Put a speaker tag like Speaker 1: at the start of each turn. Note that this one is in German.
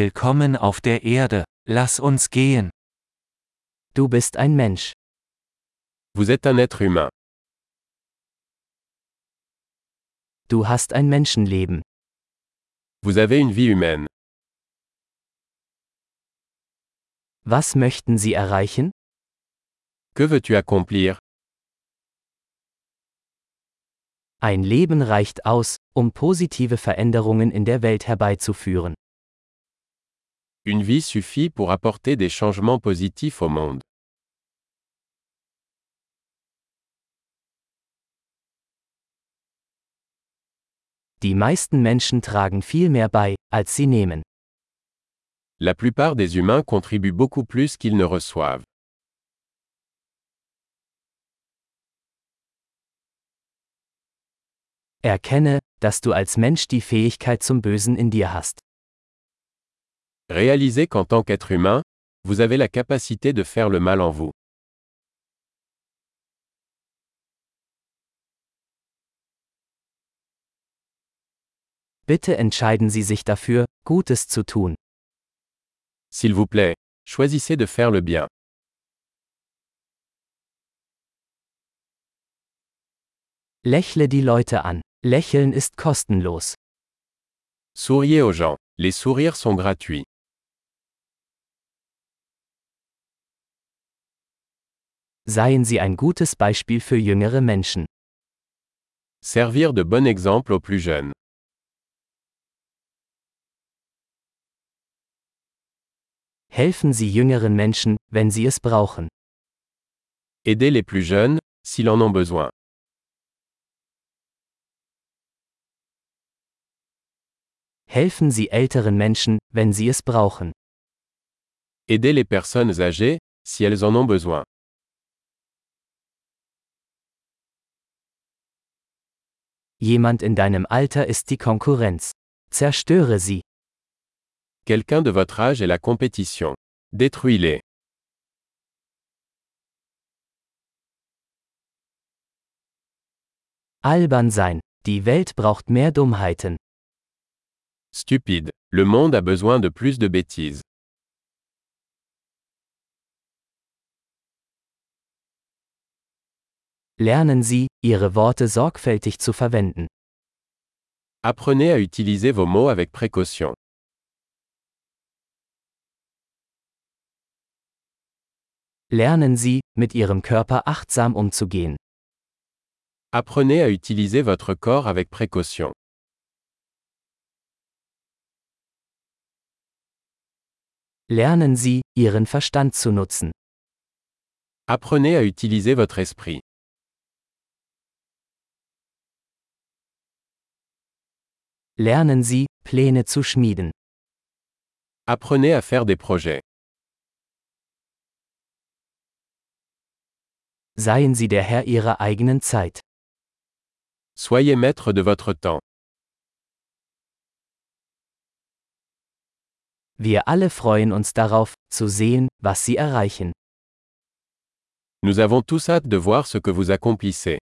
Speaker 1: Willkommen auf der Erde, lass uns gehen.
Speaker 2: Du bist ein Mensch.
Speaker 3: Vous êtes un être humain.
Speaker 2: Du hast ein Menschenleben.
Speaker 3: Vous avez une vie humaine.
Speaker 2: Was möchten Sie erreichen?
Speaker 3: Que veux-tu accomplir
Speaker 2: Ein Leben reicht aus, um positive Veränderungen in der Welt herbeizuführen.
Speaker 3: Une vie suffit pour apporter des changements positifs au monde.
Speaker 2: Die meisten Menschen tragen viel mehr bei, als sie nehmen.
Speaker 3: La plupart des humains contribuent beaucoup plus qu'ils ne reçoivent.
Speaker 2: Erkenne, dass du als Mensch die Fähigkeit zum Bösen in dir hast.
Speaker 3: Réalisez qu'en tant qu'être humain, vous avez la capacité de faire le mal en vous.
Speaker 2: Bitte entscheiden Sie sich dafür, Gutes zu tun.
Speaker 3: S'il vous plaît, choisissez de faire le bien.
Speaker 2: Lächle die Leute an. Lächeln ist kostenlos.
Speaker 3: Souriez aux gens. Les sourires sont gratuits.
Speaker 2: Seien Sie ein gutes Beispiel für jüngere Menschen.
Speaker 3: Servir de bon exemple aux plus jeunes.
Speaker 2: Helfen Sie jüngeren Menschen, wenn sie es brauchen.
Speaker 3: Aidez les plus jeunes, s'ils en ont besoin.
Speaker 2: Helfen Sie älteren Menschen, wenn sie es brauchen.
Speaker 3: Aidez les personnes âgées, si elles en ont besoin.
Speaker 2: Jemand in deinem Alter ist die Konkurrenz. Zerstöre sie.
Speaker 3: Quelqu'un de votre âge est la compétition. Détruis-les.
Speaker 2: Albern sein. Die Welt braucht mehr Dummheiten.
Speaker 3: Stupide. Le monde a besoin de plus de bêtises.
Speaker 2: Lernen Sie, Ihre Worte sorgfältig zu verwenden.
Speaker 3: Apprenez à utiliser vos mots avec précaution.
Speaker 2: Lernen Sie, mit Ihrem Körper achtsam umzugehen.
Speaker 3: Apprenez à utiliser votre corps avec précaution.
Speaker 2: Lernen Sie, Ihren Verstand zu nutzen.
Speaker 3: Apprenez à utiliser votre esprit.
Speaker 2: Lernen Sie, Pläne zu schmieden.
Speaker 3: Apprenez à faire des projets.
Speaker 2: Seien Sie der Herr Ihrer eigenen Zeit.
Speaker 3: Soyez maître de votre temps.
Speaker 2: Wir alle freuen uns darauf, zu sehen, was Sie erreichen.
Speaker 3: Nous avons tous hâte de voir ce que vous accomplissez.